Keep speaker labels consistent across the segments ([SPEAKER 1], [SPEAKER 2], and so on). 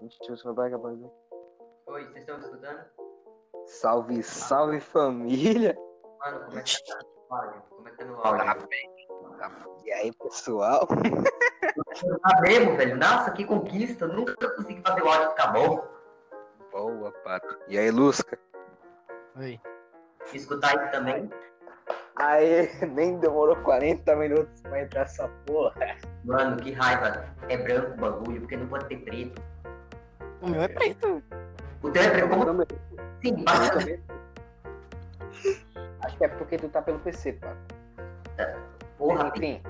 [SPEAKER 1] Deixa eu escutar que apareceu.
[SPEAKER 2] Oi, vocês estão me escutando?
[SPEAKER 1] Salve, salve família!
[SPEAKER 2] Mano, como é que tá meu áudio? Como é que tá meu áudio?
[SPEAKER 1] E aí, pessoal?
[SPEAKER 2] Não sabemos, tá velho. Nossa, que conquista. Nunca consegui fazer o áudio ficar bom.
[SPEAKER 1] Boa, pato. E aí, Lusca?
[SPEAKER 3] Oi.
[SPEAKER 2] Escutar isso também.
[SPEAKER 1] Aê, nem demorou 40 minutos pra entrar essa porra.
[SPEAKER 2] Mano, que raiva. É branco o bagulho, porque não pode ter preto.
[SPEAKER 3] O meu é preto.
[SPEAKER 2] O teu é preto? Como
[SPEAKER 1] Também,
[SPEAKER 2] assim? Basta-
[SPEAKER 1] também. Acho que é porque tu tá pelo PC, pato.
[SPEAKER 2] Porra,
[SPEAKER 1] Enfim.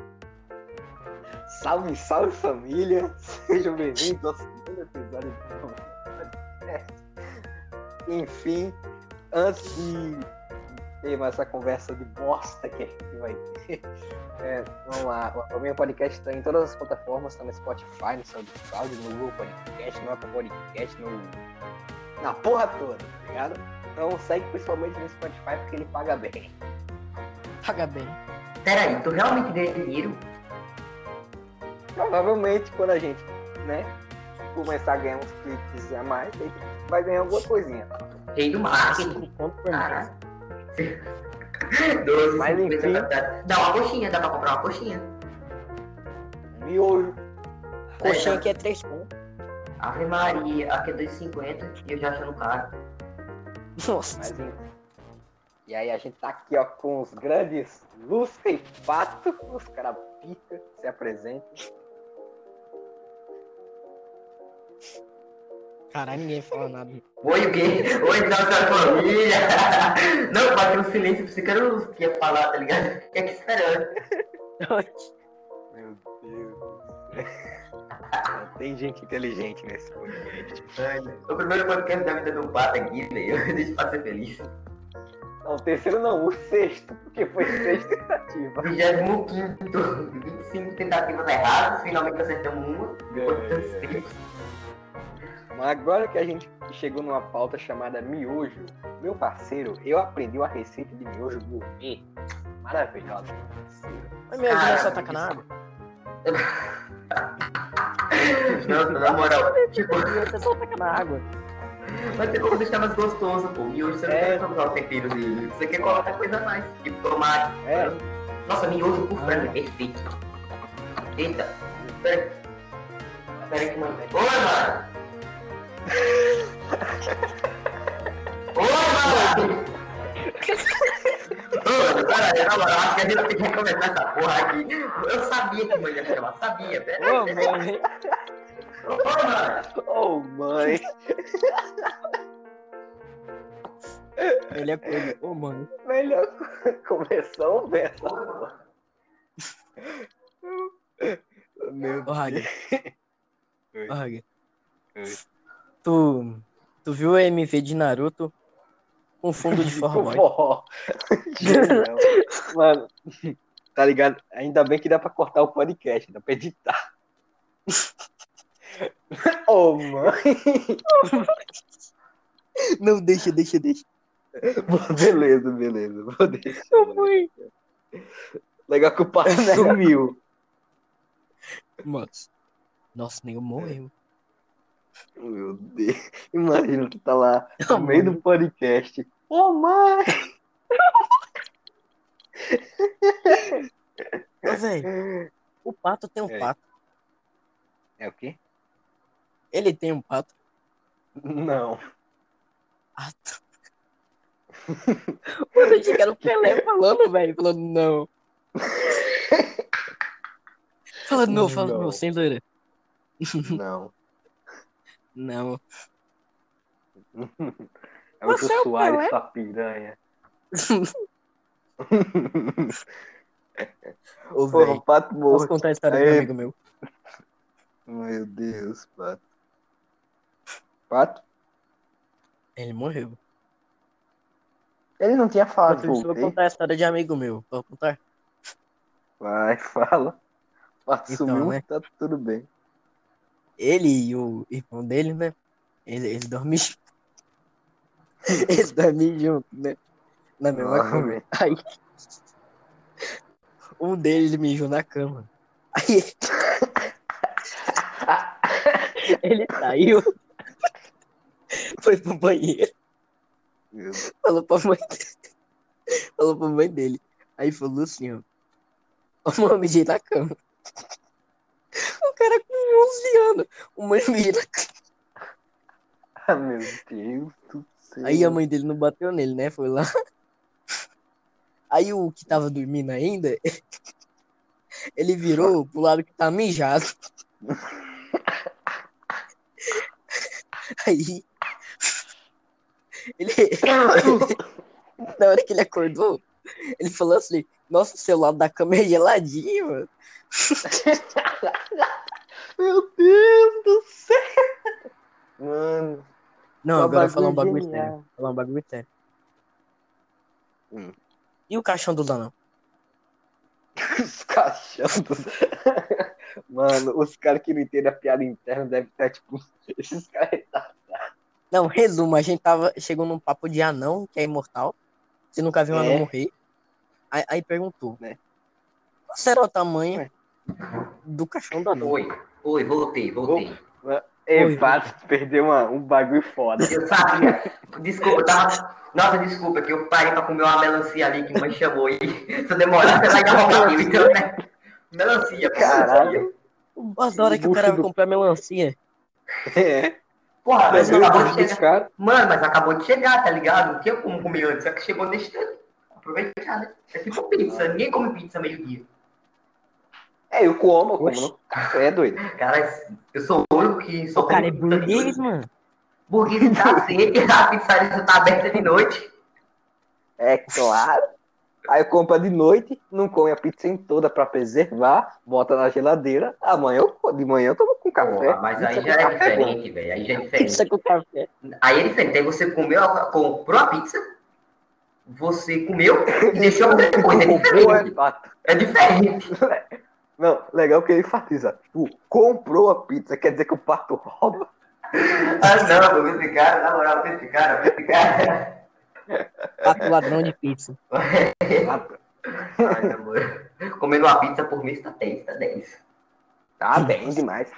[SPEAKER 1] Salve, salve família! Sejam bem-vindos ao segundo episódio do podcast. Enfim, antes de ter mais essa conversa de bosta que a gente vai ter, é, vamos lá. O meu podcast está em todas as plataformas, está no Spotify, no SoundCloud, no Google Podcast, no Apple Podcast, no... na porra toda, tá ligado? Então segue principalmente no Spotify porque ele paga bem.
[SPEAKER 3] Paga bem.
[SPEAKER 2] peraí, tu realmente ganha dinheiro?
[SPEAKER 1] Provavelmente quando a gente, né, começar a ganhar uns cliques a mais, a gente vai ganhar alguma coisinha.
[SPEAKER 2] Rei do marketing.
[SPEAKER 3] Ponto por mês.
[SPEAKER 2] Cara. Doze,
[SPEAKER 1] Mas,
[SPEAKER 2] cinquenta,
[SPEAKER 1] enfim.
[SPEAKER 2] dá- Dá uma coxinha, dá pra comprar uma coxinha.
[SPEAKER 1] Miojo.
[SPEAKER 3] Coxinha aqui é 3 pontos.
[SPEAKER 2] Ave Maria, aqui é 2,50 e eu já achando caro.
[SPEAKER 3] Nossa.
[SPEAKER 1] Mas, enfim. e aí a gente tá aqui, ó, com os grandes Lusca e Pato. Os caras pica, se apresentam.
[SPEAKER 3] Caralho, ninguém fala nada.
[SPEAKER 2] Oi, o quê? Oi, nossa família! Não, bateu um silêncio pra você que era o que ia falar, tá ligado? Fiquei aqui esperando.
[SPEAKER 1] Meu Deus do céu. Tem gente inteligente nesse podcast.
[SPEAKER 2] O primeiro podcast da vida do Pato aqui, velho. Deixa eu ser feliz.
[SPEAKER 1] Não, o terceiro não, o sexto, porque foi seis tentativas.
[SPEAKER 2] 25, 25 tentativas erradas, finalmente acertamos uma. Portanto, triplos.
[SPEAKER 1] Mas agora que a gente chegou numa pauta chamada miojo, meu parceiro, eu aprendi uma receita de miojo gourmet. Maravilhosa, meu parceiro.
[SPEAKER 3] Mas meu
[SPEAKER 2] Cara,
[SPEAKER 3] Deus, só taca na água.
[SPEAKER 2] Nossa, na moral, tipo,
[SPEAKER 3] Meu Deus, só taca na água.
[SPEAKER 2] mas tem como deixar mais gostoso, pô. Miojo você não
[SPEAKER 1] É.
[SPEAKER 2] quer colocar o tempero dele. Você quer colocar coisa a mais, tipo tomate.
[SPEAKER 1] É,
[SPEAKER 2] Nossa, miojo com
[SPEAKER 3] Ah.
[SPEAKER 2] frango é perfeito. Eita, peraí. Peraí que mano. Oi, mano! Oi, mano! Ô, Caralho, na moral, acho que a gente tem que recomeçar essa porra aqui. Eu sabia que mãe ia chamar, sabia, velho.
[SPEAKER 3] Ô, mãe.
[SPEAKER 2] Ô, mano!
[SPEAKER 1] oh mãe.
[SPEAKER 3] Ele é coelho. Ô, mano.
[SPEAKER 1] Melhor começou essa Meu
[SPEAKER 3] Ô, Hag.
[SPEAKER 1] Oi.
[SPEAKER 3] Ô, Hag.
[SPEAKER 1] Oi.
[SPEAKER 3] Tu. Tu viu o MV de Naruto com fundo de
[SPEAKER 1] Tipo,
[SPEAKER 3] forró?
[SPEAKER 1] forró. Genial. Mano, tá ligado? Ainda bem que dá pra cortar o podcast, dá pra editar. oh, mãe.
[SPEAKER 3] Não, deixa, deixa, deixa.
[SPEAKER 1] Beleza, beleza. Vou deixar.
[SPEAKER 3] mãe.
[SPEAKER 1] Legal que o pato sumiu.
[SPEAKER 3] Mano. Nossa, nego morreu.
[SPEAKER 1] Meu Deus. Imagina que tá lá no
[SPEAKER 3] Ô,
[SPEAKER 1] meio
[SPEAKER 3] mãe.
[SPEAKER 1] do podcast. Ô, mãe!
[SPEAKER 3] Ô, velho. O pato tem um
[SPEAKER 1] É.
[SPEAKER 3] pato.
[SPEAKER 1] É o quê?
[SPEAKER 3] Ele tem um pato.
[SPEAKER 1] Não.
[SPEAKER 3] Ah, tá. Mano, eu achei que era o Pelé falando, velho. Falando não. Falando não, falando
[SPEAKER 1] Não.
[SPEAKER 3] não, sem loira.
[SPEAKER 1] Não.
[SPEAKER 3] Não.
[SPEAKER 1] É o
[SPEAKER 3] Você é
[SPEAKER 1] Jô
[SPEAKER 3] o
[SPEAKER 1] Soares,
[SPEAKER 3] Pelé?
[SPEAKER 1] sua piranha.
[SPEAKER 3] Ô,
[SPEAKER 1] Porra, É. o
[SPEAKER 3] velho.
[SPEAKER 1] pato
[SPEAKER 3] Posso
[SPEAKER 1] morto.
[SPEAKER 3] contar a história
[SPEAKER 1] Aê.
[SPEAKER 3] do amigo meu?
[SPEAKER 1] Meu Deus, pato. Pato?
[SPEAKER 3] Ele morreu.
[SPEAKER 1] Ele não tinha falado.
[SPEAKER 3] Pato, deixa eu
[SPEAKER 1] voltei.
[SPEAKER 3] contar a história de amigo meu. Posso contar?
[SPEAKER 1] Vai, fala. Pato
[SPEAKER 3] Então,
[SPEAKER 1] sumiu,
[SPEAKER 3] né?
[SPEAKER 1] tá tudo bem.
[SPEAKER 3] Ele e o irmão dele, né? Ele, ele dorme Eles dormem junto, né? Na mesma
[SPEAKER 1] Nossa,
[SPEAKER 3] cama.
[SPEAKER 1] velho.
[SPEAKER 3] Aí. Um deles mijou na cama. Aí. Ele saiu, foi pro banheiro,
[SPEAKER 1] Meu Deus.
[SPEAKER 3] falou pra mãe dele. Falou pra mãe dele. Aí falou assim, ó. Ô, mãe, eu mijei na cama. O cara com 11 anos. O mãe eu mijei na cama.
[SPEAKER 1] Ah, Meu Deus do céu.
[SPEAKER 3] Aí a mãe dele não bateu nele, né? Foi lá. Aí o que tava dormindo ainda, ele virou pro lado que tá mijado. Aí. Ele. Na hora que ele acordou, ele falou assim: Nossa, o seu lado da cama é geladinho, mano.
[SPEAKER 1] Meu Deus do céu. Mano.
[SPEAKER 3] Não,
[SPEAKER 1] Uma
[SPEAKER 3] agora falar um
[SPEAKER 1] bagulho
[SPEAKER 3] bagulho
[SPEAKER 1] genial.
[SPEAKER 3] sério. Falar um bagulho sério.
[SPEAKER 1] Hum.
[SPEAKER 3] E o caixão do Danão?
[SPEAKER 1] Os cachorros. Mano, os caras que não entendem a piada interna devem estar tipo. Esses caras.
[SPEAKER 3] Não, resumo, a gente tava, chegou num papo de anão, que é imortal. Você nunca viu um
[SPEAKER 1] É.
[SPEAKER 3] anão morrer. Aí, aí perguntou,
[SPEAKER 1] É.
[SPEAKER 3] Qual será o tamanho
[SPEAKER 1] Ué.
[SPEAKER 3] do caixão do anão?
[SPEAKER 2] Oi, oi, voltei, voltei.
[SPEAKER 1] Ei,
[SPEAKER 3] Oi.
[SPEAKER 1] Pato, perdeu uma, um bagulho foda.
[SPEAKER 2] Eu sabia. Desculpa, eu tava. Nossa, desculpa, que eu parei pra comer uma melancia ali que mãe chamou e se eu demorar, você vai derrubar aquilo, então, né? Melancia,
[SPEAKER 1] Caralho.
[SPEAKER 2] melancia.
[SPEAKER 3] Nossa, da hora que o cara
[SPEAKER 1] Bucho
[SPEAKER 3] vai
[SPEAKER 1] do-
[SPEAKER 3] comprar melancia.
[SPEAKER 1] É.
[SPEAKER 2] Porra, mas
[SPEAKER 1] Perdeu o
[SPEAKER 2] acabou de
[SPEAKER 1] bagulho
[SPEAKER 2] chegar.
[SPEAKER 1] dos caras.
[SPEAKER 2] Mano, mas acabou de chegar, tá ligado? Não tinha como comer antes, só que chegou nesse tanto. Aproveitar, né? É tipo pizza, ninguém come pizza meio-dia.
[SPEAKER 1] É, eu como, eu como.
[SPEAKER 3] Oxi.
[SPEAKER 1] no Café é doido.
[SPEAKER 2] Cara, eu sou o único que só
[SPEAKER 3] O cara é
[SPEAKER 2] come pizza de noite.
[SPEAKER 3] burguês, mano.
[SPEAKER 2] Burguês tá sempre, a pizzaria só tá aberta de noite.
[SPEAKER 1] É claro. Aí compra de noite, não come a pizza em toda pra preservar, bota na geladeira. Amanhã eu, de manhã eu tomo com café.
[SPEAKER 2] Porra, mas aí
[SPEAKER 1] Pizza
[SPEAKER 2] já
[SPEAKER 1] com café
[SPEAKER 2] é
[SPEAKER 1] bom.
[SPEAKER 2] diferente, velho. Aí já é diferente.
[SPEAKER 3] Pizza com café.
[SPEAKER 2] Aí é diferente. Aí você comeu, a- comprou a pizza, você comeu e deixou outra coisa. É
[SPEAKER 1] Comprou, é
[SPEAKER 2] diferente.
[SPEAKER 1] fato.
[SPEAKER 2] É diferente.
[SPEAKER 1] Não, legal que ele enfatiza. Tu comprou a pizza, quer dizer que o pato rouba.
[SPEAKER 2] Ah, não, mas esse cara, na moral, esse cara, esse cara.
[SPEAKER 3] Pato tá ladrão de pizza.
[SPEAKER 2] É. Ai, meu amor. Comendo uma pizza por mês tá 10, tá 10.
[SPEAKER 1] Tá bem demais.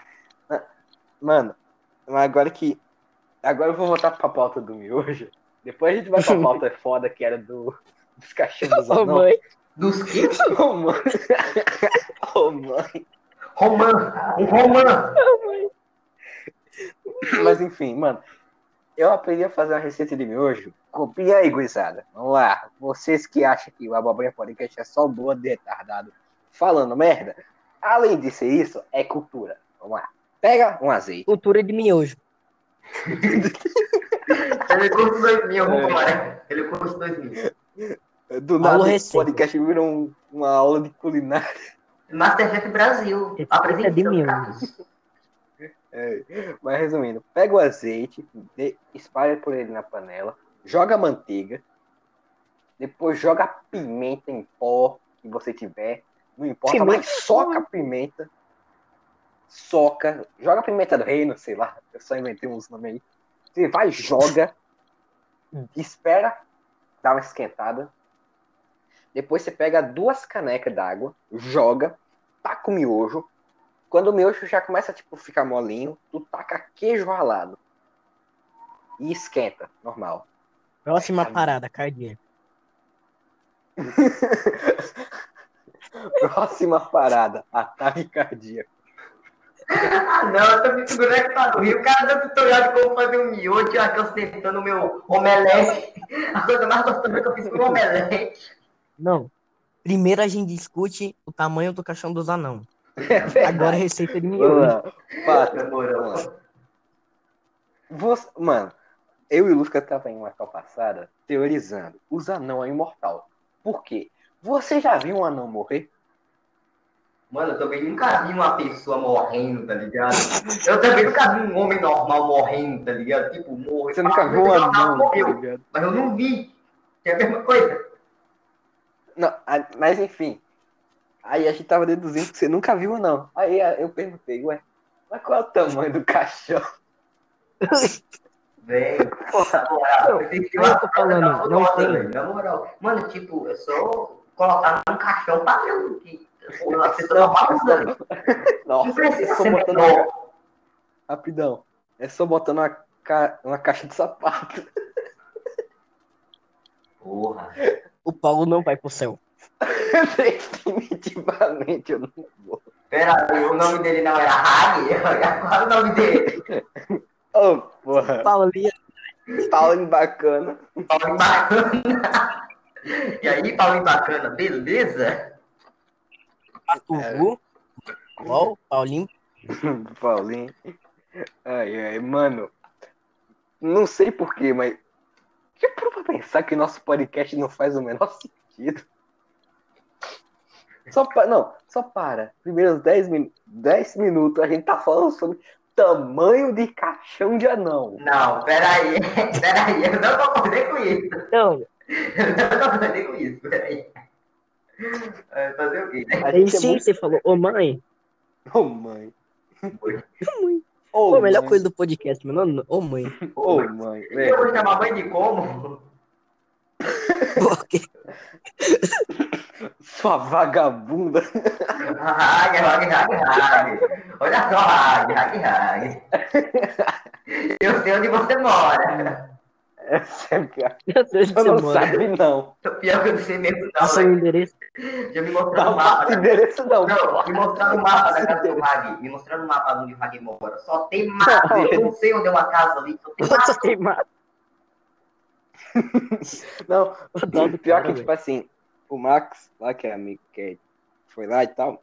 [SPEAKER 1] Mano, mas agora que. Agora eu vou voltar pra pauta do miojo. Depois a gente vai pra pauta foda que era do, dos cachorros.
[SPEAKER 3] Ô,
[SPEAKER 1] anão.
[SPEAKER 3] mãe.
[SPEAKER 2] Dos que?
[SPEAKER 1] Ô, mãe. Ô, mãe.
[SPEAKER 2] Romã. Um romã.
[SPEAKER 1] Mas enfim, mano. Eu aprendi a fazer uma receita de miojo. Copia aí, gurizada. Vamos lá. Vocês que acham que o Abobrinha Podcast é só boa de retardado falando merda. Além de ser isso, é cultura. Vamos lá. Pega um azeite.
[SPEAKER 3] Cultura de miojo.
[SPEAKER 2] Ele custa 2 mil, vambora. Ele custa 2 mil.
[SPEAKER 1] Do
[SPEAKER 3] Alô,
[SPEAKER 1] nada, o
[SPEAKER 3] receita.
[SPEAKER 1] podcast virou um- uma aula de culinária.
[SPEAKER 2] Masterchef Brasil.
[SPEAKER 3] Receita
[SPEAKER 2] Apresenta
[SPEAKER 3] é de
[SPEAKER 2] seus
[SPEAKER 3] mil.
[SPEAKER 2] pratos.
[SPEAKER 1] Mas resumindo, pega o azeite, de- espalha por ele na panela, joga a manteiga, depois joga a pimenta em pó que você tiver, não importa,
[SPEAKER 3] Pimenta
[SPEAKER 1] mas soca a pimenta, soca, joga a pimenta do reino, sei lá, eu só inventei uns nomes aí. Você vai, joga, espera dar uma esquentada, depois você pega duas canecas d'água, joga, taca o miojo, quando o miojo já começa a tipo, ficar molinho, tu taca queijo ralado. E esquenta, normal.
[SPEAKER 3] Próxima parada, cardíaca.
[SPEAKER 1] Próxima parada, ataque cardíaco.
[SPEAKER 2] Ah, não, eu tô me segurando que tá no Rio. O cara dando tutorial de como fazer um miojo, já que eu tentando o meu omelete. A coisa mais gostosa que eu fiz com o omelete.
[SPEAKER 3] Não. Primeiro a gente discute o tamanho do caixão dos anão.
[SPEAKER 1] É verdade.
[SPEAKER 3] Agora é receita de
[SPEAKER 1] Vamos
[SPEAKER 3] miojo.
[SPEAKER 1] lá. Pato,
[SPEAKER 2] Na moral.
[SPEAKER 1] você- mano, eu e o Lucas tava em uma cal passada teorizando. Os anão é imortal. Por quê? Você já viu um anão morrer?
[SPEAKER 2] Mano, eu também nunca vi uma pessoa morrendo, tá ligado? Eu também nunca vi um homem normal morrendo, tá ligado? Tipo, morreu.
[SPEAKER 1] Você nunca
[SPEAKER 2] Ah,
[SPEAKER 1] viu um
[SPEAKER 2] normal
[SPEAKER 1] anão, tá
[SPEAKER 2] morreu.
[SPEAKER 1] ligado?
[SPEAKER 2] Mas eu não vi. É a mesma coisa.
[SPEAKER 1] Não, a- mas enfim. Aí a gente tava deduzindo que você nunca viu um anão. Aí a- eu perguntei, ué, mas qual é o tamanho do caixão?
[SPEAKER 2] Velho, porra, na moral. Eu tenho que ter
[SPEAKER 3] eu
[SPEAKER 2] uma
[SPEAKER 3] tô falando, não
[SPEAKER 2] Nossa,
[SPEAKER 3] tem.
[SPEAKER 2] velho, Na moral. Mano, tipo, é só colocar num caixão padrão. Que, a pessoa tá
[SPEAKER 1] Não,
[SPEAKER 2] normal usa.
[SPEAKER 1] Nossa,
[SPEAKER 2] Não precisa
[SPEAKER 1] eu tô
[SPEAKER 2] ser
[SPEAKER 1] botando-
[SPEAKER 2] menor.
[SPEAKER 1] Rapidão. É só botando uma, ca... uma caixa de sapato.
[SPEAKER 2] Porra.
[SPEAKER 3] O Paulo não vai pro céu.
[SPEAKER 1] Definitivamente eu não vou.
[SPEAKER 2] Pera aí, o nome dele não era Hag? Agora é o nome dele.
[SPEAKER 1] Ô, porra.
[SPEAKER 3] Paulinha,
[SPEAKER 1] Paulinho tá bacana.
[SPEAKER 2] Paulinho Bacana. E aí, Paulinho Bacana, beleza?
[SPEAKER 3] Patugu, Lol, Paulinho.
[SPEAKER 1] Paulinho. Ai, ai, mano. Não sei porquê, mas. Já parou pra pensar que nosso podcast não faz o menor sentido? Só pa... Não, só para. Primeiros 10, min... 10 minutos a gente tá falando sobre tamanho de caixão de anão.
[SPEAKER 2] Não, pera aí. Pera aí, eu não concordei com isso.
[SPEAKER 3] Então,
[SPEAKER 2] Eu não concordei com isso, pera aí. É, Fazer o quê? né?
[SPEAKER 1] A
[SPEAKER 3] aí
[SPEAKER 1] gente é
[SPEAKER 3] sim
[SPEAKER 1] muito.
[SPEAKER 3] você falou, ô mãe,
[SPEAKER 1] Ô, mãe.
[SPEAKER 3] mãe.
[SPEAKER 1] Ô,
[SPEAKER 3] Pô, a melhor
[SPEAKER 1] mãe.
[SPEAKER 3] coisa do podcast, meu nome, ô mãe.
[SPEAKER 1] Ô, mãe. É.
[SPEAKER 2] Eu vou chamar a mãe de como?
[SPEAKER 3] Porque
[SPEAKER 1] Sua vagabunda.
[SPEAKER 2] Hag, Hag, Hag, Hag. Olha só, Hag, Hag, Hag. Eu sei onde você mora.
[SPEAKER 1] Essa é a piada.
[SPEAKER 3] meu Deus
[SPEAKER 1] Eu
[SPEAKER 3] do
[SPEAKER 1] não
[SPEAKER 3] céu, mano.
[SPEAKER 1] sabe, não.
[SPEAKER 2] Pior que eu não sei mesmo,
[SPEAKER 3] Passa o
[SPEAKER 2] não.
[SPEAKER 3] endereço.
[SPEAKER 2] Já me mostraram
[SPEAKER 1] Não
[SPEAKER 2] o mapa. né?
[SPEAKER 1] passa endereço, não.
[SPEAKER 2] Não, me mostraram o mapa né? da casa do Hag. Me mostraram o mapa onde o Hag mora. Só tem mato. Eu não sei onde é uma casa ali. Só tem
[SPEAKER 3] Nossa,
[SPEAKER 2] mato.
[SPEAKER 3] tem mato.
[SPEAKER 1] Não, não, pior que,
[SPEAKER 3] Parabéns.
[SPEAKER 1] tipo assim, o Max, lá que é amigo, que foi lá e tal,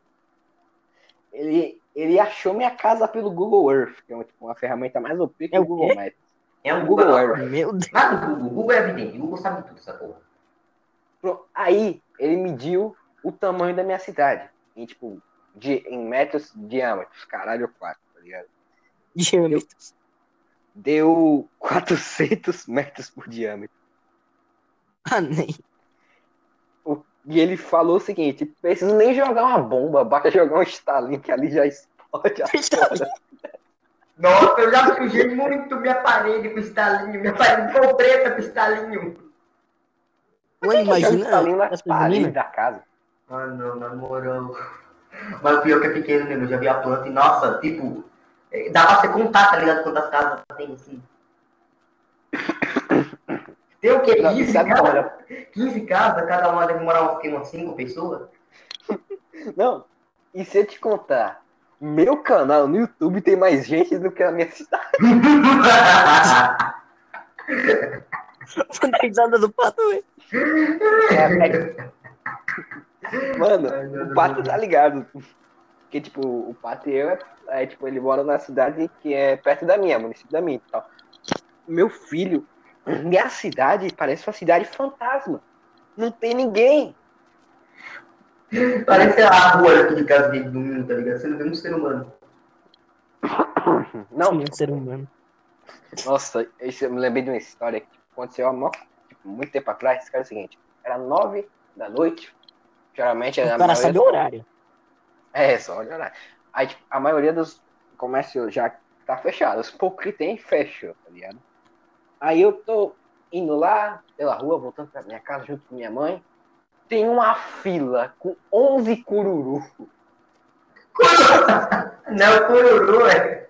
[SPEAKER 1] ele, ele achou minha casa pelo Google Earth, que é uma, tipo, uma ferramenta mais OP que
[SPEAKER 3] É
[SPEAKER 1] o
[SPEAKER 3] o
[SPEAKER 1] Google
[SPEAKER 3] quê?
[SPEAKER 1] Maps.
[SPEAKER 2] É um Google.
[SPEAKER 1] Google Earth.
[SPEAKER 3] Meu Deus.
[SPEAKER 2] Mas o Google, o Google é evidente. O Google sabe de tudo, essa porra.
[SPEAKER 1] Pro- Aí, ele mediu o tamanho da minha cidade, em, tipo, de, em metros de diâmetros, caralho, quatro, tá ligado?
[SPEAKER 3] Diâmetro.
[SPEAKER 1] Deu 400 metros por diâmetro.
[SPEAKER 3] Ah, nem.
[SPEAKER 1] E ele falou o seguinte: preciso nem jogar uma bomba, basta jogar um Starlink que ali já explode. a porra.
[SPEAKER 2] Nossa, eu já sujei muito minha parede com estalinho. Minha parede ficou preta com estalinho.
[SPEAKER 3] Mano,
[SPEAKER 1] Joga o Starlink
[SPEAKER 3] imagina
[SPEAKER 1] um na
[SPEAKER 3] essas
[SPEAKER 1] parede
[SPEAKER 3] meninas.
[SPEAKER 1] da casa.
[SPEAKER 2] Ah, não, na moral. Mas o pior que é pequeno mesmo. Eu já vi a planta e, nossa, tipo... eh, Dá pra você contar, tá ligado? Quantas casas tem, assim. Tem o quê?
[SPEAKER 1] Não,
[SPEAKER 2] 15
[SPEAKER 1] sabe qual
[SPEAKER 2] casas?
[SPEAKER 1] era?
[SPEAKER 2] 15 casas? Cada uma deve morar umas, quê, umas 5 pessoas?
[SPEAKER 1] Não, e se eu te contar, meu canal no YouTube tem mais gente do que a minha cidade.
[SPEAKER 3] Mano, a risada do pato, velho. É,
[SPEAKER 1] Mano,
[SPEAKER 2] Ai, meu
[SPEAKER 1] o
[SPEAKER 2] Deus.
[SPEAKER 1] Pato tá ligado. Porque, tipo, o Pato e eu, é, é, tipo, ele mora na cidade que é perto da minha, município da minha e tal. Meu filho, minha cidade parece uma cidade fantasma. Não tem ninguém.
[SPEAKER 2] Parece a rua aqui de casa de domingo, tá ligado? Você não vê um ser humano.
[SPEAKER 1] Não,
[SPEAKER 3] Meu um ser humano.
[SPEAKER 1] Nossa, esse- eu me lembrei de uma história que aconteceu há mó- tipo, muito tempo atrás. Esse cara é o seguinte: era nove da noite. Geralmente era
[SPEAKER 3] O cara sabe o horário.
[SPEAKER 1] É, só olha lá. Aí, tipo, a maioria dos comércios já tá fechado. Os poucos que tem, fechou, tá ligado? Aí eu tô indo lá pela rua, voltando pra minha casa junto com minha mãe. Tem uma fila com 11 cururu.
[SPEAKER 2] Não, cururu, é.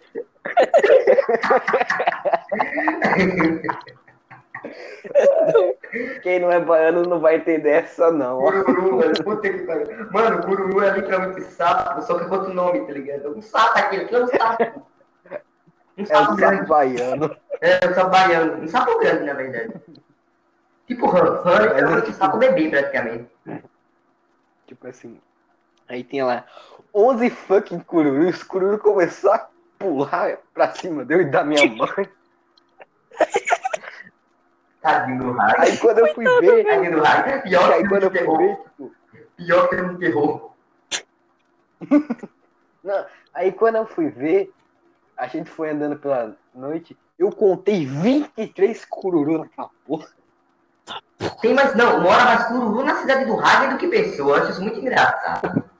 [SPEAKER 1] Quem não é baiano não vai entender essa, não. ó.
[SPEAKER 2] Cururu, mano. Puta que pariu. Mano, cururu é literalmente sapo, só que com outro nome, tá ligado? Um sapo aquele, que é um sapo. Um
[SPEAKER 1] É
[SPEAKER 2] sapo
[SPEAKER 1] o
[SPEAKER 2] grande.
[SPEAKER 1] sapo baiano.
[SPEAKER 2] É, um sapo baiano. Um sapo grande, na verdade. Tipo rã. Rã
[SPEAKER 1] Mas
[SPEAKER 2] é
[SPEAKER 1] é
[SPEAKER 2] literalmente um
[SPEAKER 1] tipo-
[SPEAKER 2] sapo bebê, praticamente.
[SPEAKER 1] Tipo assim. Aí tem lá 11 fucking cururu. Os cururu começaram a pular pra cima deu e da minha mãe.
[SPEAKER 2] Tadinho do raio.
[SPEAKER 1] Aí quando eu fui ver.
[SPEAKER 2] Tadinho do raio. Pior
[SPEAKER 1] Aí
[SPEAKER 2] que
[SPEAKER 1] quando
[SPEAKER 2] ele
[SPEAKER 1] eu
[SPEAKER 2] me
[SPEAKER 1] fui ver,
[SPEAKER 2] ferrou.
[SPEAKER 1] tipo.
[SPEAKER 2] Pior que ele me ferrou.
[SPEAKER 1] Não, aí quando eu fui ver, a gente foi andando pela noite, eu contei 23 cururu naquela porra.
[SPEAKER 2] Tem mais, não, mora mais cururu na cidade do raio do que pessoa. Eu acho isso é muito engraçado.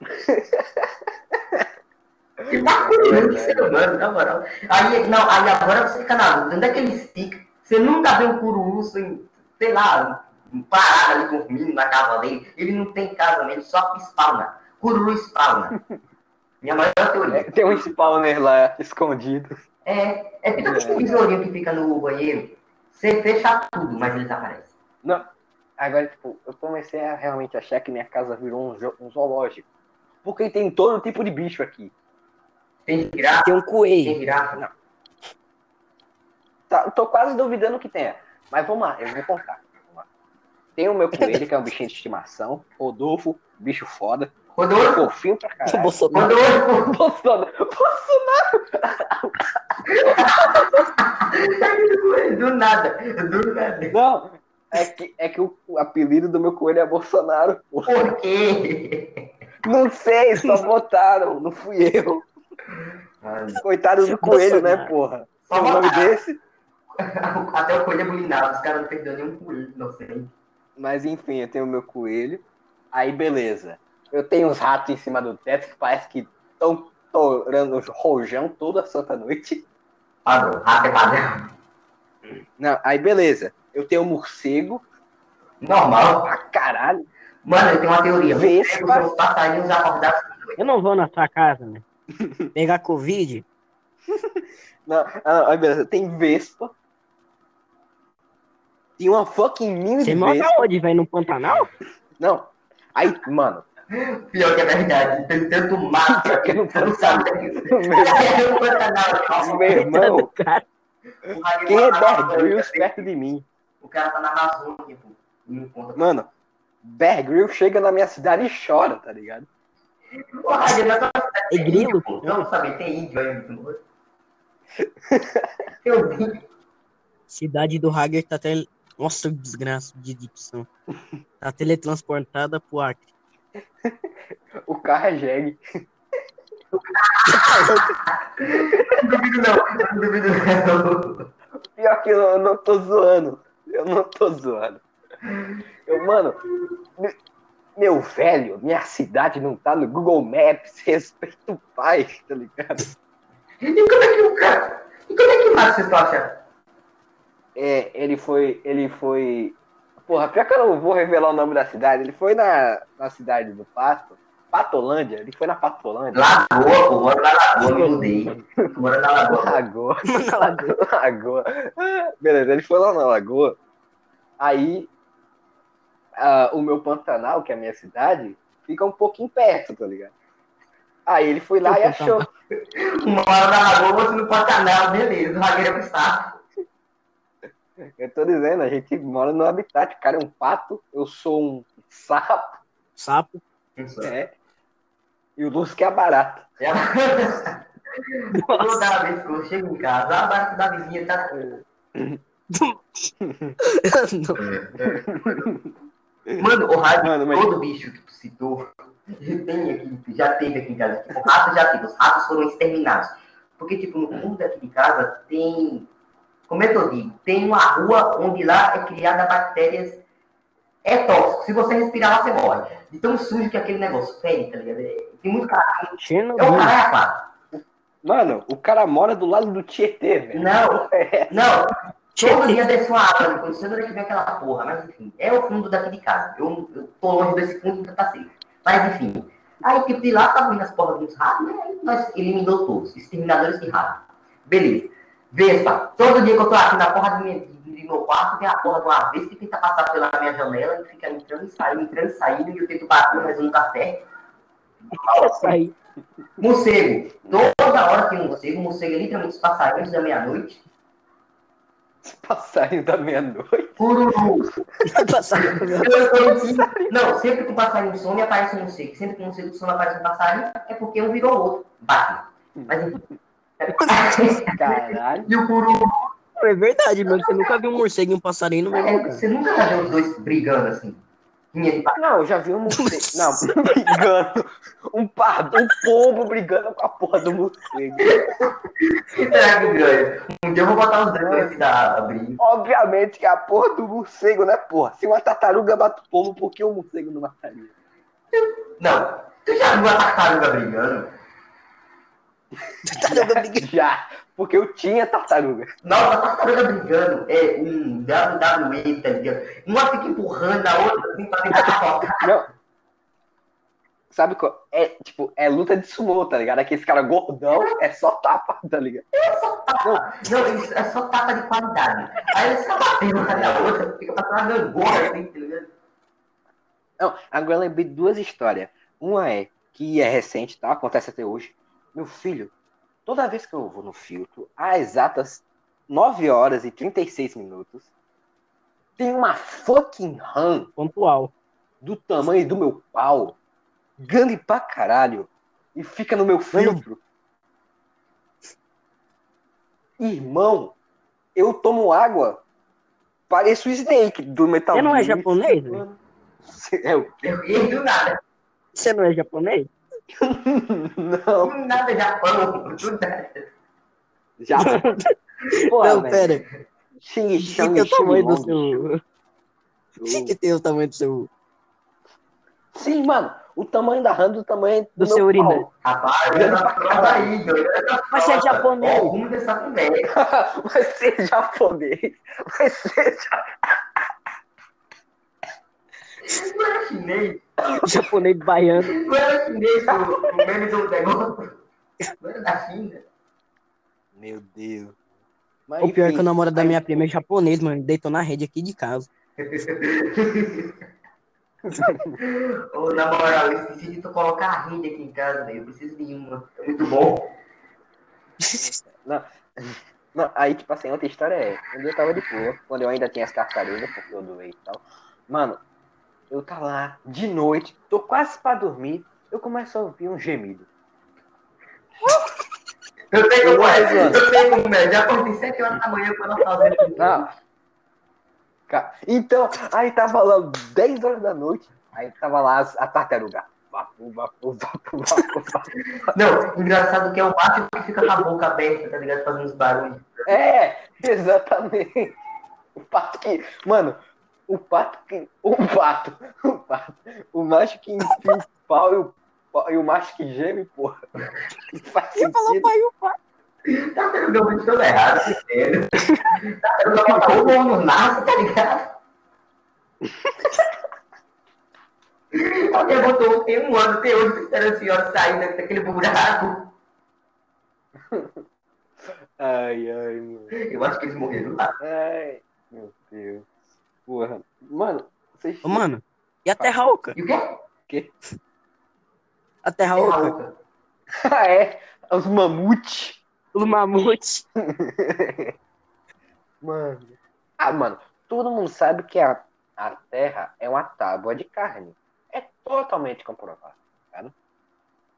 [SPEAKER 2] Que né, bacana, que ser humano, na moral. Aí, não, aí agora você fica na dúvida, onde é que ele fica? Você nunca vê um cururu sem, sei lá, um parado ali dormindo na casa dele. Ele não tem casa nele, só spawna. Cururu spawna. Minha maior
[SPEAKER 1] É,
[SPEAKER 2] teoria.
[SPEAKER 1] tem um spawner lá escondido.
[SPEAKER 2] É, é tipo um besourinho que fica no banheiro. Você fecha tudo, mas eles aparecem.
[SPEAKER 1] Agora, tipo, eu comecei a realmente achar que minha casa virou um, jo- um zoológico. Porque tem todo tipo de bicho aqui.
[SPEAKER 2] Tem girafa,
[SPEAKER 3] Tem um
[SPEAKER 2] tem
[SPEAKER 3] coelho.
[SPEAKER 2] girafa.
[SPEAKER 1] Tá, eu tô quase duvidando que tenha. Mas vamos lá, eu vou contar. Vamos lá. Tem o meu coelho, que é um bichinho de estimação. Rodolfo, bicho foda.
[SPEAKER 2] Rodolfo,
[SPEAKER 1] Fofinho pra
[SPEAKER 3] O
[SPEAKER 1] caralho.
[SPEAKER 3] Bolsonaro.
[SPEAKER 2] Rodolfo.
[SPEAKER 1] Bolsonaro.
[SPEAKER 2] Do nada, do nada.
[SPEAKER 1] Não, é que, é que o, o apelido do meu coelho é Bolsonaro. pô.
[SPEAKER 2] Por quê?
[SPEAKER 1] Não sei, só botaram, não fui eu. Coitado do coelho, né, porra?
[SPEAKER 2] Só
[SPEAKER 1] O nome
[SPEAKER 2] botaram.
[SPEAKER 1] desse.
[SPEAKER 2] Até o coelho é abominável, os caras não perderam nenhum coelho inocente.
[SPEAKER 1] Mas enfim, eu tenho o meu coelho. Aí, beleza. Eu tenho uns ratos em cima do teto que parece que estão torando rojão toda santa noite.
[SPEAKER 2] Padrão, rato é padrão.
[SPEAKER 1] Não, aí beleza. Eu tenho um morcego,
[SPEAKER 2] Normal.
[SPEAKER 1] ah, caralho.
[SPEAKER 2] Mano, eu tenho uma teoria. É
[SPEAKER 1] Vê
[SPEAKER 2] Os
[SPEAKER 1] se
[SPEAKER 2] pegos são os passarinhos acordados.
[SPEAKER 4] Eu não vou na sua casa, né?
[SPEAKER 3] Pegar Covid.
[SPEAKER 1] Não, ah, aí beleza. Tem vespa. Tem uma fucking mini
[SPEAKER 4] Você
[SPEAKER 1] de
[SPEAKER 4] mora
[SPEAKER 1] vespa.
[SPEAKER 4] onde, velho? No Pantanal?
[SPEAKER 1] Não. Aí, mano,
[SPEAKER 2] Pior que é verdade. Tem tanto mato
[SPEAKER 1] que não
[SPEAKER 2] Você não sabe. É, Não conta nada.
[SPEAKER 1] meu irmão,
[SPEAKER 4] Cara,
[SPEAKER 2] O Ragnar
[SPEAKER 1] quem é
[SPEAKER 2] tá na
[SPEAKER 1] Bear
[SPEAKER 2] Amazônia,
[SPEAKER 1] Grylls
[SPEAKER 2] velho.
[SPEAKER 1] perto de mim?
[SPEAKER 2] O cara tá na Amazônia, pô. Não conta.
[SPEAKER 1] Mano, Bear Grylls chega na minha cidade e chora, tá ligado?
[SPEAKER 2] O Ragnar tá
[SPEAKER 3] É grilo.
[SPEAKER 2] pô. Não, sabe, tem índio aí. pô. Eu vi.
[SPEAKER 3] Cidade do Hager tá tele... Nossa, que desgraça de dicção. Tá teletransportada pro Acre.
[SPEAKER 1] O carro é jegue.
[SPEAKER 2] Não duvido não. Não duvido não.
[SPEAKER 1] Pior que eu, eu não tô zoando. Eu não tô zoando. Eu, mano, me- meu velho, minha cidade não tá no Google Maps. Respeita o pai, tá ligado?
[SPEAKER 2] E como é que o cara... E como é que mata vocês acham?
[SPEAKER 1] É, ele foi. Ele foi. Porra, pior que eu não vou revelar o nome da cidade. Ele foi na, na cidade do Pato. Patolândia? Ele foi na Patolândia.
[SPEAKER 2] Lagoa, pô. Mora na Lagoa, me mudei. Mora na Lagoa.
[SPEAKER 1] Lagoa. Lagoa. Beleza, ele foi lá na Lagoa. Aí ah, o meu Pantanal, que é a minha cidade, fica um pouquinho perto, tá ligado? Aí ele foi lá e achou.
[SPEAKER 2] Uma hora na Lagoa, você não pode nada. Beleza, o Ragnar é pro saco.
[SPEAKER 1] Eu tô dizendo, a gente mora no habitat. O cara é um pato, eu sou um sapo,
[SPEAKER 3] Sapo.
[SPEAKER 2] é.
[SPEAKER 1] né? E o Lúcio que é a barata.
[SPEAKER 2] Toda vez que eu chego em casa, a barca da vizinha tá.
[SPEAKER 3] Não.
[SPEAKER 2] Mano, o rato,
[SPEAKER 1] Mano, mas-
[SPEAKER 2] todo bicho que tu citou, já tem aqui, já teve aqui em casa. Tipo, rato já teve, os ratos foram exterminados. Porque, tipo, no fundo daqui de casa tem. Como é que eu digo? Tem uma rua onde lá é criada bactérias. É tóxico. Se você respirar lá, você morre. De tão sujo que é aquele negócio fede, tá ligado? É- Tem muito cara. É um
[SPEAKER 4] Chernobyl.
[SPEAKER 2] caralho, cara.
[SPEAKER 1] Mano, o cara mora do lado do Tietê, velho.
[SPEAKER 2] Não,
[SPEAKER 1] É,
[SPEAKER 2] não, Todo
[SPEAKER 3] Tchê,
[SPEAKER 2] dia desce uma água no condicionador que vem aquela porra, mas enfim, é o fundo daqui de casa. Eu, eu tô longe desse fundo e nunca passei. Mas enfim. Aí tipo de lá tá vindo as porras dos ratos, né? Aí nós eliminou todos, exterminadores de rato. Beleza. Vespa, todo dia que eu tô aqui na porra do, minha, do meu quarto, vem a porra de uma vespa que tenta passar pela minha janela e fica entrando e saindo, entrando e saindo, e eu tento bater, mas eu nunca acerto.
[SPEAKER 3] Aí,
[SPEAKER 2] Morcego. Toda hora tem um morcego. Morcego é literalmente os passarinhos da meia-noite.
[SPEAKER 1] passarinho da meia-noite.
[SPEAKER 2] Cururu.
[SPEAKER 3] passarinho do meu-
[SPEAKER 2] Eu conheci- Não, sempre que um passarinho some, aparece um morcego. Sempre que um morcego some, aparece um passarinho, é porque um virou outro. Batman. Mas enfim.
[SPEAKER 1] Caralho.
[SPEAKER 2] e o curu.
[SPEAKER 3] É verdade, mano. Você nunca viu um morcego e um passarinho no mesmo lugar.
[SPEAKER 2] É, Você nunca vai ver os dois brigando assim. Linha de pa-
[SPEAKER 1] Não, eu já vi um morcego. Não, brigando. Um pardo, um pombo brigando com a porra do morcego.
[SPEAKER 2] Será que ganha? Um dia eu vou botar os dois pra se dar briga.
[SPEAKER 1] Obviamente que é a porra do morcego, né, porra? Se uma tartaruga mata o pombo, por que o morcego não mataria?
[SPEAKER 2] Não. Tu já viu a tartaruga brigando?
[SPEAKER 3] Tartaruga Big
[SPEAKER 1] Já, porque eu tinha tartaruga.
[SPEAKER 2] Nossa, a tartaruga brigando é um WWE, tá ligado? Uma fica empurrando a outra assim pra tentar tocar.
[SPEAKER 1] Não. Sabe qual? É, tipo, é luta de sumô, tá ligado? Aqui esse cara gordão é só tapa, tá ligado?
[SPEAKER 2] Não, isso é só tapa de qualidade. Aí eles só batem uma na outra, fica pra uma gangorra assim, tá ligado?
[SPEAKER 1] Não, agora eu lembrei de duas histórias. Uma é que é recente, tá? Acontece até hoje. Meu filho, toda vez que eu vou no filtro, há exatas 9 horas e 36 minutos, tem uma fucking RAM
[SPEAKER 4] Pontual.
[SPEAKER 1] do tamanho do meu pau, grande pra caralho, e fica no meu filtro. Irmão, eu tomo água, pareço o Snake do Metal
[SPEAKER 4] Você não é
[SPEAKER 1] Gear.
[SPEAKER 4] japonês, né?
[SPEAKER 1] É o-
[SPEAKER 2] Eu ri do nada.
[SPEAKER 4] Você não é japonês?
[SPEAKER 1] Não,
[SPEAKER 2] Do nada Japão, do nada.
[SPEAKER 1] já. Porra,
[SPEAKER 3] não,
[SPEAKER 1] velho.
[SPEAKER 3] pera.
[SPEAKER 1] Xing,
[SPEAKER 3] Que que é o tamanho do seu. Que que tem o tamanho do seu.
[SPEAKER 1] Sim, mano. O tamanho da RAM do tamanho do,
[SPEAKER 4] Do
[SPEAKER 1] meu
[SPEAKER 4] seu
[SPEAKER 1] pau.
[SPEAKER 4] urina.
[SPEAKER 2] Rapaz, eu não tava aí,
[SPEAKER 4] Mas você é japonês.
[SPEAKER 2] O rumo dessa conversa.
[SPEAKER 1] Vai ser japonês. Vai ser
[SPEAKER 2] Não era chinês.
[SPEAKER 4] japonês baiano.
[SPEAKER 2] Não era chinês o o meme do negócio. Não era da China.
[SPEAKER 1] Meu Deus.
[SPEAKER 4] O pior é que o namorado da minha prima é japonês, mano. Deitou na rede aqui de casa.
[SPEAKER 2] Ô, na moral, eu esqueci de tu colocar a rede aqui em casa, velho. Eu preciso de uma. É muito bom.
[SPEAKER 1] Não, aí, tipo assim, outra história é. Quando eu tava de boa, quando eu ainda tinha as tartarugas, porque eu doei e tal. Mano, eu tá lá de noite, tô quase pra dormir, eu começo a ouvir um gemido.
[SPEAKER 2] Eu sei como é.
[SPEAKER 1] Mano.
[SPEAKER 2] Eu sei como é. Já acordei 7 horas da manhã quando ela assim. fazendo isso.
[SPEAKER 1] Não. Tá.
[SPEAKER 3] Uhum.
[SPEAKER 1] Ca- Então, aí tava lá 10 horas da noite, aí tava lá as- a tartaruga. Vapu, vapu, vapu, vapu, vapu.
[SPEAKER 2] Não, engraçado que é o macho que fica com a boca aberta, tá ligado? Fazendo uns barulhos.
[SPEAKER 1] É, exatamente. O pato que. Mano, o pato que. O pato. O pato. O macho que enfia o pau e o, pau- e o macho que geme, porra. Não Faz sentido.
[SPEAKER 4] pai, o pai.
[SPEAKER 2] Tá pegando muito todo errado, sério. Tá pegando uma roupa no nasce, tá ligado? Alguém botou tem um ano, tem outro esperando a senhora sair da- daquele buraco.
[SPEAKER 1] Ai, ai, mano.
[SPEAKER 2] Eu acho que eles morreram lá.
[SPEAKER 1] Ai, meu Deus. Porra. Mano, vocês.
[SPEAKER 3] Ô, Mano, e a Terra Oca?
[SPEAKER 2] E o Tá que é
[SPEAKER 3] A Terra Oca?
[SPEAKER 2] Oca?
[SPEAKER 1] Ah, é. Os mamute.
[SPEAKER 3] O mamute?
[SPEAKER 1] Mano. Ah, mano, todo mundo sabe que a, a Terra é uma tábua de carne. É totalmente comprovado.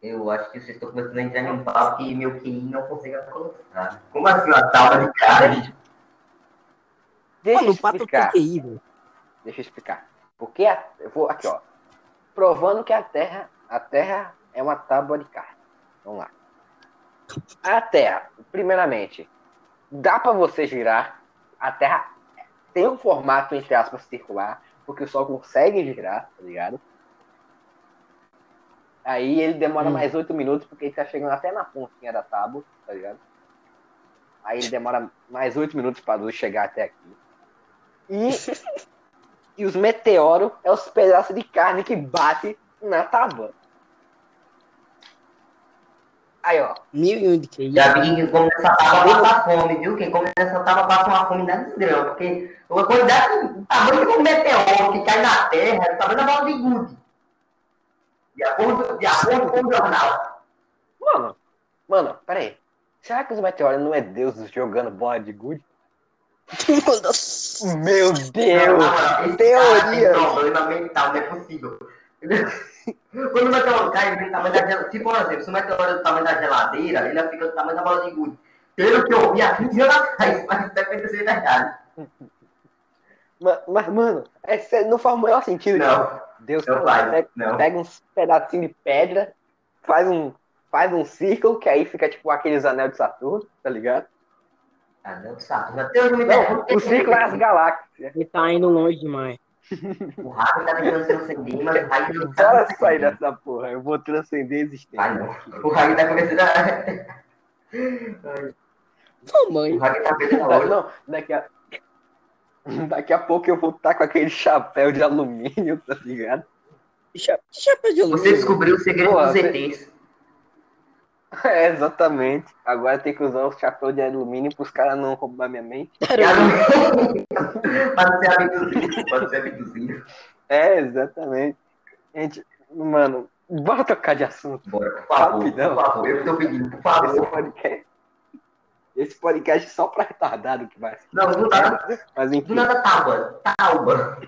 [SPEAKER 2] Eu acho que vocês estão começando a entrar em um papo que meu QI não consegue alcançar. Como assim uma tábua de carne?
[SPEAKER 1] Deixa
[SPEAKER 3] Mano,
[SPEAKER 1] eu
[SPEAKER 3] o pato tá
[SPEAKER 1] explicar.
[SPEAKER 3] tem que ir, velho.
[SPEAKER 1] Deixa eu explicar. Porque a, eu vou aqui, ó. Provando que a Terra, a Terra é uma tábua de carne. Vamos lá. A Terra, primeiramente, dá pra você girar. A Terra tem um formato entre aspas circular, porque o Sol consegue girar, tá ligado? Aí ele demora
[SPEAKER 3] Hum.
[SPEAKER 1] mais oito minutos, porque ele tá chegando até na pontinha da tábua, tá ligado? Aí ele demora mais oito minutos pra luz chegar até aqui. E, e os meteoros é os pedaços de carne que bate na tábua. Aí, ó.
[SPEAKER 3] Mil e um de QI.
[SPEAKER 2] Já vi que quem come essa tábua passa fome, viu? Quem come essa tábua passa uma fome da desgrama. Porque uma quantidade, o tamanho de um meteoro que cai na Terra é o tamanho da bola de gude. De acordo, de acordo com o jornal.
[SPEAKER 1] Mano, mano, peraí. Será que os meteoros não é Deus jogando bola de gude?
[SPEAKER 3] Nossa.
[SPEAKER 1] Meu Deus!
[SPEAKER 2] Na moral, esse
[SPEAKER 1] teoria.
[SPEAKER 2] cara tem problema mental, não é possível. Quando o meteoro cai, ele vem do tamanho da geladeira. Tipo, por exemplo, se o meteoro é do tamanho da geladeira, ele fica do tamanho da bola de gude. Pelo que eu vi há 15 anos atrás, mas isso deve ser verdade.
[SPEAKER 1] Ma- Mas, mano, é sério, não faz o menor sentido.
[SPEAKER 2] Não,
[SPEAKER 1] Deus
[SPEAKER 2] não
[SPEAKER 1] pega,
[SPEAKER 2] vai, não.
[SPEAKER 1] pega uns pedacinhos de pedra, faz um, faz um círculo, que aí fica tipo aqueles anel de Saturno, tá ligado?
[SPEAKER 2] Ah, não, Saturno. Até hoje me
[SPEAKER 1] Não, o círculo é as galáxias.
[SPEAKER 4] Ele tá indo longe demais.
[SPEAKER 2] O raio tá tentando transcender, mas o raio não tá.
[SPEAKER 1] Bora sair dessa porra, eu vou transcender a
[SPEAKER 2] Ai,
[SPEAKER 1] existência.
[SPEAKER 2] não. O raio tá começando a. O
[SPEAKER 3] Mãe.
[SPEAKER 2] raio tá começando a
[SPEAKER 1] Tá,
[SPEAKER 2] olhar.
[SPEAKER 1] Não, daqui a... daqui a pouco eu vou estar com aquele chapéu de alumínio, tá ligado?
[SPEAKER 3] De cha- de chapéu de luz.
[SPEAKER 2] Você descobriu o segredo
[SPEAKER 1] Boa,
[SPEAKER 2] dos
[SPEAKER 1] você-
[SPEAKER 2] ETs.
[SPEAKER 1] É, exatamente. Agora tem que usar o chapéu de alumínio pros caras não roubar minha mente.
[SPEAKER 3] Caramba,
[SPEAKER 2] Para ser abduzido. Para ser abduzido.
[SPEAKER 1] É, exatamente. Gente, mano, bora tocar de assunto.
[SPEAKER 2] Bora, por favor.
[SPEAKER 1] Rapidão.
[SPEAKER 2] Por favor, eu tô pedindo, por
[SPEAKER 1] Esse
[SPEAKER 2] favor.
[SPEAKER 1] podcast. Esse podcast é só pra retardado que vai.
[SPEAKER 2] Não, do nada,
[SPEAKER 1] Mas
[SPEAKER 2] do
[SPEAKER 1] enfim,
[SPEAKER 2] nada Tauba. Tauba.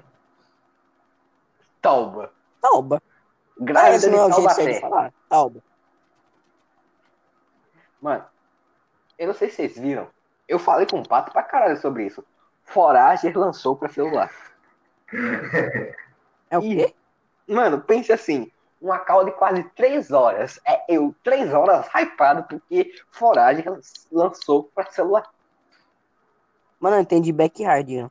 [SPEAKER 1] Tauba.
[SPEAKER 3] Tauba. Ah,
[SPEAKER 1] Grávida
[SPEAKER 3] esse
[SPEAKER 1] de
[SPEAKER 3] não é o jeito certo de
[SPEAKER 1] Taubaté.
[SPEAKER 3] falar. Tauba.
[SPEAKER 1] Mano, eu não sei se vocês viram. Eu falei com o Pato pra caralho sobre isso. Forager lançou pra celular.
[SPEAKER 3] É o
[SPEAKER 1] Ih.
[SPEAKER 3] quê?
[SPEAKER 1] Mano, pense assim. Uma call de quase três horas. É eu, três horas hypado, porque Forager lançou pra celular.
[SPEAKER 3] Mano, eu entendi backyard. né?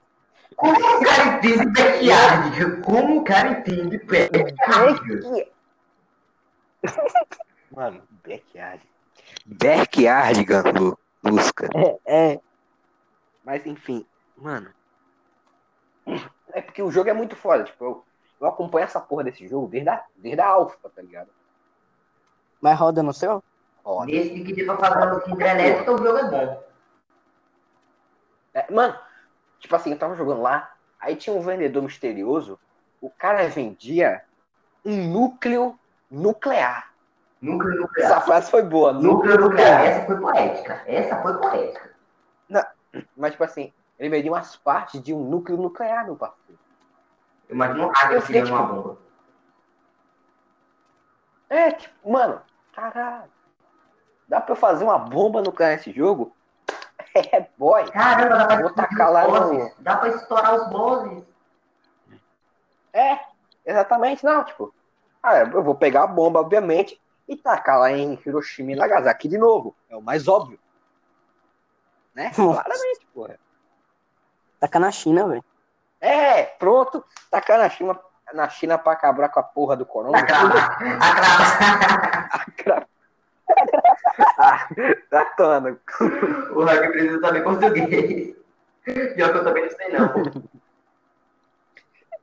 [SPEAKER 2] Como o cara entende backyard? Como o cara entende backyard?
[SPEAKER 1] Mano, backyard. Backyard, Gandu. Busca.
[SPEAKER 3] É, é.
[SPEAKER 1] Mas enfim, mano. É porque o jogo é muito foda. Tipo, eu, eu acompanho essa porra desse jogo desde a, desde a Alpha, tá ligado?
[SPEAKER 3] Mas roda no céu?
[SPEAKER 1] Ó,
[SPEAKER 2] Desde que dê pra fazer uma luta hidrelétrica, o jogo é bom.
[SPEAKER 1] É, mano, tipo assim, eu tava jogando lá, aí tinha um vendedor misterioso, o cara vendia um núcleo nuclear.
[SPEAKER 2] Núcleo nuclear.
[SPEAKER 1] Essa frase foi boa, núcleo
[SPEAKER 2] Núcleo nuclear.
[SPEAKER 1] nuclear.
[SPEAKER 2] Essa foi poética. Essa foi poética.
[SPEAKER 1] Mas, tipo assim, ele vendia umas partes de um núcleo nuclear, meu parceiro.
[SPEAKER 2] Eu imagino um
[SPEAKER 1] Eu
[SPEAKER 2] hacker
[SPEAKER 1] fiquei,
[SPEAKER 2] tirando uma bomba.
[SPEAKER 1] É, tipo, mano, caralho. Dá pra eu fazer uma bomba nuclear nesse jogo? É, boy.
[SPEAKER 2] Caramba, dá pra
[SPEAKER 1] Vou
[SPEAKER 2] explodir
[SPEAKER 1] tacar
[SPEAKER 2] os
[SPEAKER 1] lá no-
[SPEAKER 2] bosses. Dá pra estourar os bosses.
[SPEAKER 1] É, exatamente, não, tipo, ah, eu vou pegar a bomba, obviamente, e tacar lá em Hiroshima e Nagasaki de novo. É o mais óbvio. Né?
[SPEAKER 3] Nossa.
[SPEAKER 1] Claramente, porra.
[SPEAKER 3] Taca na China, velho.
[SPEAKER 1] É, pronto, tacar na China, na China pra acabar com a porra do
[SPEAKER 2] A
[SPEAKER 1] corona.
[SPEAKER 2] cravar. A cravar.
[SPEAKER 1] Ah, tá tando.
[SPEAKER 2] O hacker precisa saber português. Pior que eu também não sei, não.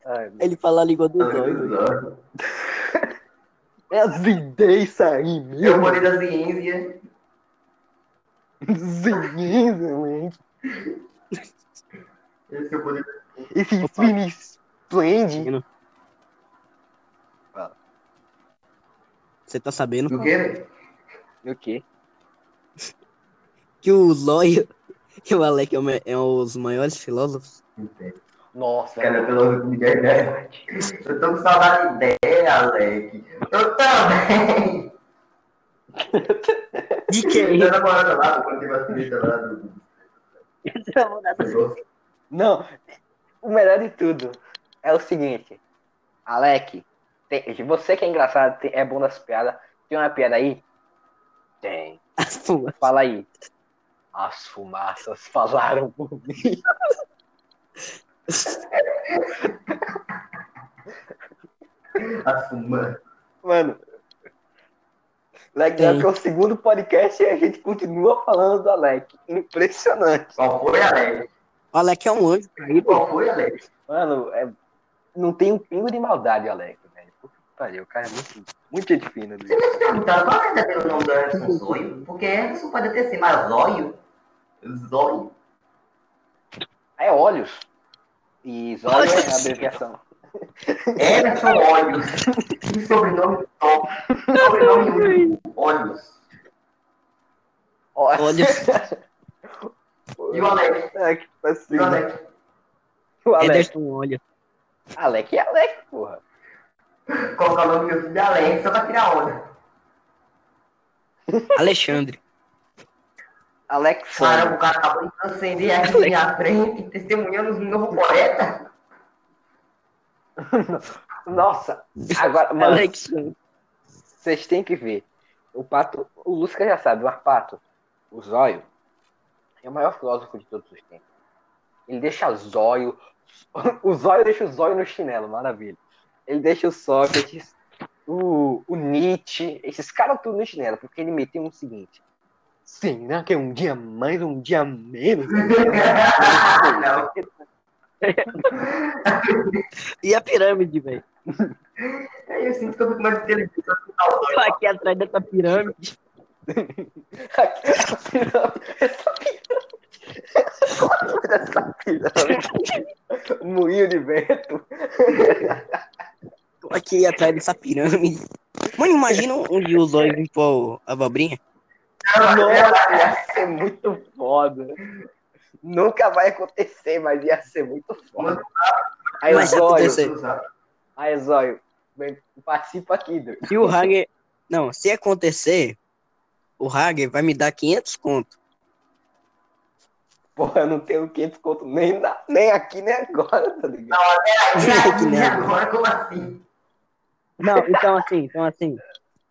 [SPEAKER 1] Ai, meu-
[SPEAKER 3] Ele fala a língua
[SPEAKER 2] Ah.
[SPEAKER 3] dos dois.
[SPEAKER 2] Eu
[SPEAKER 1] É as ideias aí, meu.
[SPEAKER 2] morei da ciência.
[SPEAKER 1] Zinzinzinzinzinzin.
[SPEAKER 2] Esse é o poder
[SPEAKER 1] Esse
[SPEAKER 3] Opa.
[SPEAKER 1] Infinity Splendid.
[SPEAKER 3] Você tá sabendo?
[SPEAKER 2] do quê?
[SPEAKER 1] O quê?
[SPEAKER 3] Que o Zóio e o Alec é, o me- é os maiores filósofos.
[SPEAKER 1] Nossa,
[SPEAKER 2] Cara, pelo amor de Deus, né? Eu tô com saudade de ideia, Alec. Eu também.
[SPEAKER 3] De quem?
[SPEAKER 2] Tô namorando lá, quando teve a ciência lá do negócio.
[SPEAKER 1] Não, o melhor de tudo é o seguinte, Alec, tem- você que é engraçado, tem- é bom das piadas, tem uma piada aí? Tem.
[SPEAKER 4] Tá
[SPEAKER 3] As fumas.
[SPEAKER 1] Fala aí. As fumaças falaram por mim.
[SPEAKER 2] As fumaças.
[SPEAKER 1] Mano, legal
[SPEAKER 3] Tem.
[SPEAKER 1] que é o segundo podcast e a gente continua falando do Alec. Impressionante.
[SPEAKER 2] Qual foi, Alec?
[SPEAKER 3] O Alec é um anjo.
[SPEAKER 2] Qual foi, Alec?
[SPEAKER 1] Mano, é- não tem um pingo de maldade, Alec, velho. Puta que pariu, o cara é muito, muito gente fina.
[SPEAKER 2] Vocês já se perguntaram qual é o verdadeiro nome do Anderson Zóio? Porque Anderson pode até ser, mas Zóio? Zóio?
[SPEAKER 1] É olhos. E Zóio é a abreviação.
[SPEAKER 2] Emerson Olhos. Que sobrenome top. Sobrenome único. Olhos.
[SPEAKER 1] Ó-
[SPEAKER 3] Olha,
[SPEAKER 2] E o Alec?
[SPEAKER 1] Alec, assim,
[SPEAKER 2] E o Alec?
[SPEAKER 1] o Alec.
[SPEAKER 3] Ederson olha.
[SPEAKER 1] Alec é Alec, porra.
[SPEAKER 2] Colocar é o nome do meu filho de Alec só pra tirar onda.
[SPEAKER 3] Alexandre.
[SPEAKER 1] Alex.
[SPEAKER 2] Caramba, o cara acabou de transcender aqui na minha frente, testemunhando um novo poeta.
[SPEAKER 1] Nossa, agora, mano,
[SPEAKER 3] Alexandre.
[SPEAKER 1] vocês têm que ver. O Pato, o Lusca já sabe, mas Pato, o Zóio, é o maior filósofo de todos os tempos. Ele deixa Zóio. O Zóio deixa o Zóio no chinelo, maravilha. Ele deixa o Sócrates, o, o Nietzsche, esses caras tudo no chinelo, porque ele meteu o seguinte. Será que é um dia mais, um dia menos?
[SPEAKER 2] Não.
[SPEAKER 3] E a pirâmide, velho?
[SPEAKER 2] Aí eu É sinto que eu fico mais inteligente. eu fico saudoso.
[SPEAKER 3] Aqui atrás dessa pirâmide.
[SPEAKER 1] Aqui, essa pirâmide. É Essa pirâmide. Essa pirâmide. Moinho de vento.
[SPEAKER 3] Tô Aqui atrás dessa pirâmide. Mano, imagina onde os olhos limpou a abobrinha.
[SPEAKER 1] Nossa, ia ser muito foda. Nunca vai acontecer, mas ia ser muito foda. Aí,
[SPEAKER 3] Mas
[SPEAKER 1] Zóio,
[SPEAKER 3] aconteceu.
[SPEAKER 1] aí, Zóio, vem, participa aqui, doido.
[SPEAKER 3] E o Hager. Não, se acontecer, o Hager vai me dar 500 conto.
[SPEAKER 1] Porra, eu não tenho 500 conto nem, na- nem aqui, nem agora, tá ligado?
[SPEAKER 3] Que
[SPEAKER 2] E
[SPEAKER 3] merda.
[SPEAKER 2] agora, como assim?
[SPEAKER 4] Não, então assim, então assim.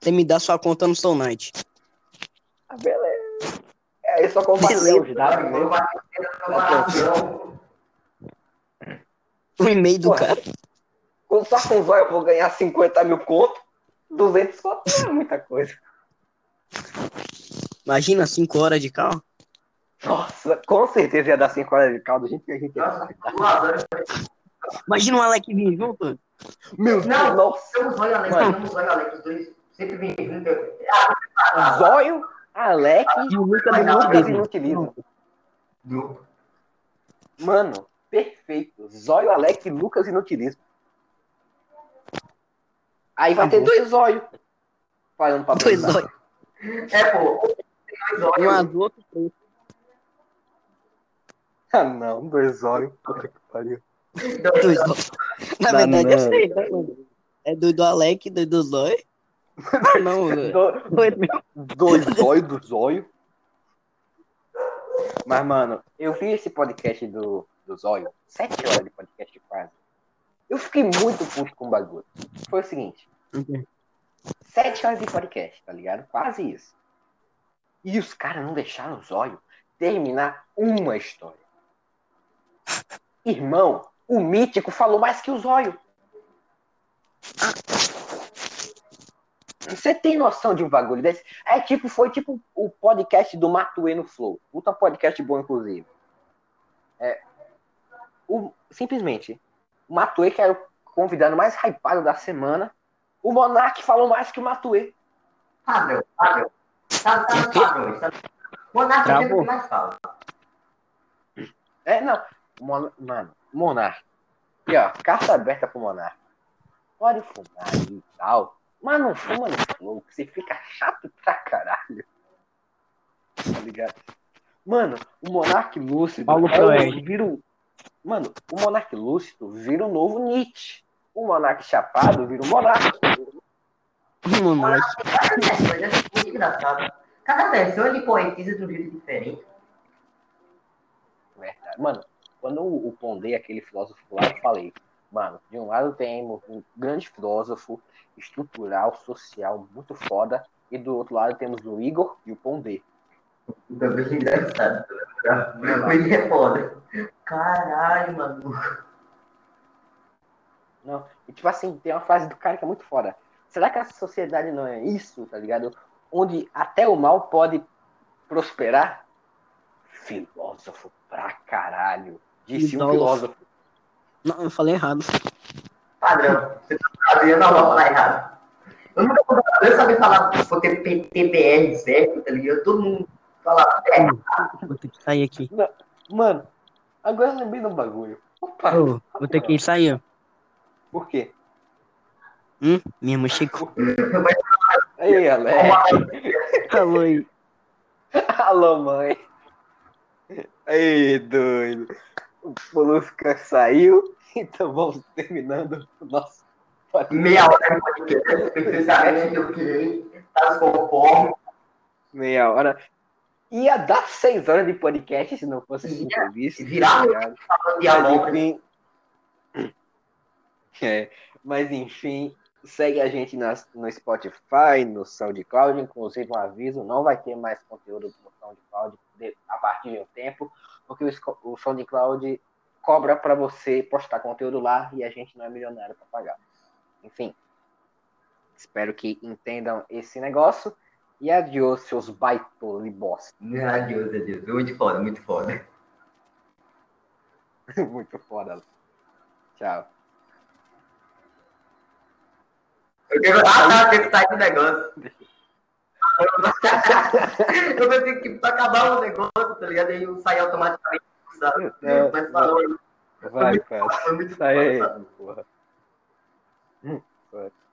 [SPEAKER 3] Você me dá sua conta no Soul Knight.
[SPEAKER 1] Ah, beleza. Aí só compartilha os dados, né?
[SPEAKER 2] Eu bati no coração.
[SPEAKER 3] O e-mail do
[SPEAKER 1] Ué.
[SPEAKER 3] cara.
[SPEAKER 1] Com- Só com o Zóio eu vou ganhar 50 mil conto. 200 conto não é muita coisa.
[SPEAKER 3] Imagina 5 horas de carro.
[SPEAKER 1] Nossa, com certeza ia dar 5 horas de caldo, gente, que a gente...
[SPEAKER 2] Nossa, duas horas.
[SPEAKER 3] Imagina o Alec vir junto.
[SPEAKER 1] Meu
[SPEAKER 2] Não.
[SPEAKER 1] Nossa,
[SPEAKER 2] Estamos olhando Alex,
[SPEAKER 1] Mano.
[SPEAKER 2] estamos olhando Alex, os dois sempre vêm junto. é
[SPEAKER 1] Zóio, Alec
[SPEAKER 3] E o Lucas
[SPEAKER 1] e
[SPEAKER 3] do
[SPEAKER 2] não,
[SPEAKER 3] meu
[SPEAKER 1] Lucas
[SPEAKER 3] dedo.
[SPEAKER 1] inutilismo.
[SPEAKER 2] Do-
[SPEAKER 1] Mano, perfeito. Zóio, Alec, Lucas e Nutilismo. Aí vai
[SPEAKER 3] Tá
[SPEAKER 1] ter
[SPEAKER 3] bom.
[SPEAKER 1] dois zóio. Falando pra
[SPEAKER 3] Dois
[SPEAKER 1] pensar.
[SPEAKER 3] olhos.
[SPEAKER 2] É, pô, tem dois
[SPEAKER 3] Um
[SPEAKER 2] olhos.
[SPEAKER 3] azul, outro preto.
[SPEAKER 1] Ah, não, dois zóio. Puta que pariu.
[SPEAKER 3] Dois olhos. Na
[SPEAKER 1] Dá
[SPEAKER 3] verdade,
[SPEAKER 1] não.
[SPEAKER 3] é sei, né, mano? É dois do Alec, dois do Zói. Não, não.
[SPEAKER 1] Do- dois zóio do zóio. Mas, mano, eu vi esse podcast do, do zóio. Sete horas de podcast quase. Eu fiquei muito puto com o bagulho. Foi o seguinte. Sete horas de podcast, tá ligado? Quase isso. E os caras não deixaram o Zóio terminar uma história. Irmão, o Mítico falou mais que o Zóio. Ah, Você tem noção de um bagulho desse? É tipo, foi tipo o podcast do Matue no Flow. Puta podcast bom, inclusive. É, o, simplesmente, o Matue, que era o convidado mais hypado da semana, o Monark falou mais que o Matue.
[SPEAKER 2] Padrão, padrão. Tá, tá nos padrões. Tá... Monarca é o
[SPEAKER 4] Travou.
[SPEAKER 2] que mais fala.
[SPEAKER 1] É, não. Mon- Mano, Monark. E ó, carta aberta pro Monark. Pode fumar aí e tal. Mas não fuma no flow, que você fica chato pra caralho. Tá ligado? Mano, o Monark Lúcido.
[SPEAKER 4] Paulo
[SPEAKER 1] é o-
[SPEAKER 4] Freire.
[SPEAKER 1] vira um- Mano, o Monark Lúcido vira o novo Nietzsche. O Monark Chapado vira o Monark.
[SPEAKER 4] Hum,
[SPEAKER 3] Mano,
[SPEAKER 2] Cada versão é muito engraçado. Cada versão ele poetiza de um jeito diferente.
[SPEAKER 1] verdade. Mano, quando o o Pondé, aquele filósofo lá, eu falei, mano, de um lado tem um grande filósofo estrutural, social, muito foda, e do outro lado temos o Igor e o Pondé.
[SPEAKER 2] Então, bem engraçado. Ele é foda. Caralho, mano.
[SPEAKER 1] Não, e tipo assim, tem uma frase do cara que é muito foda. Será que a sociedade não é isso, tá ligado? Onde até o mal pode prosperar? Filósofo pra caralho. Disse um
[SPEAKER 3] Filósofo.
[SPEAKER 1] filósofo.
[SPEAKER 3] não, eu falei errado.
[SPEAKER 2] Padrão. Você tá fazendo a nova lá errado. Eu nunca vou saber, eu saber falar vou ter PTBR certo, tá ligado? Todo mundo fala certo.
[SPEAKER 4] Vou ter que sair aqui.
[SPEAKER 1] Mano, agora eu lembrei de um bagulho. Opa,
[SPEAKER 4] Ô, vou ter que sair, ó.
[SPEAKER 1] por quê?
[SPEAKER 3] Minha mãe chegou.
[SPEAKER 1] Ei, Alex.
[SPEAKER 4] Falou aí.
[SPEAKER 1] Alô, mãe. Aí, doido. O Molusca saiu, então vamos terminando o nosso podcast.
[SPEAKER 2] Meia hora de podcast, precisamente eu queria, tá conforme.
[SPEAKER 1] meia hora. Ia dar seis horas de podcast se não fosse essa entrevista. tá
[SPEAKER 2] Virar
[SPEAKER 1] ligado?
[SPEAKER 2] de amor.
[SPEAKER 1] Mas enfim. É, mas enfim, segue a gente nas, no Spotify, no SoundCloud. Inclusive, um aviso: não vai ter mais conteúdo no SoundCloud de- a partir de um tempo, porque o, Sco- o SoundCloud cobra para você postar conteúdo lá e a gente não é milionário para pagar. Enfim, espero que entendam esse negócio. E adiós, seus baitolibosta.
[SPEAKER 2] Adeus, adeus. Muito foda, muito foda.
[SPEAKER 1] Muito foda. Tchau.
[SPEAKER 2] Eu, ah, tá, tem que sair do negócio. eu pensei que pra acabar o negócio, tá ligado? Aí eu saí automaticamente. Sabe?
[SPEAKER 1] É,
[SPEAKER 2] Mas falou,
[SPEAKER 1] Vai, cara.
[SPEAKER 2] foi muito
[SPEAKER 1] Sai aí,
[SPEAKER 2] foda, sabe?
[SPEAKER 1] porra. Hum, vai.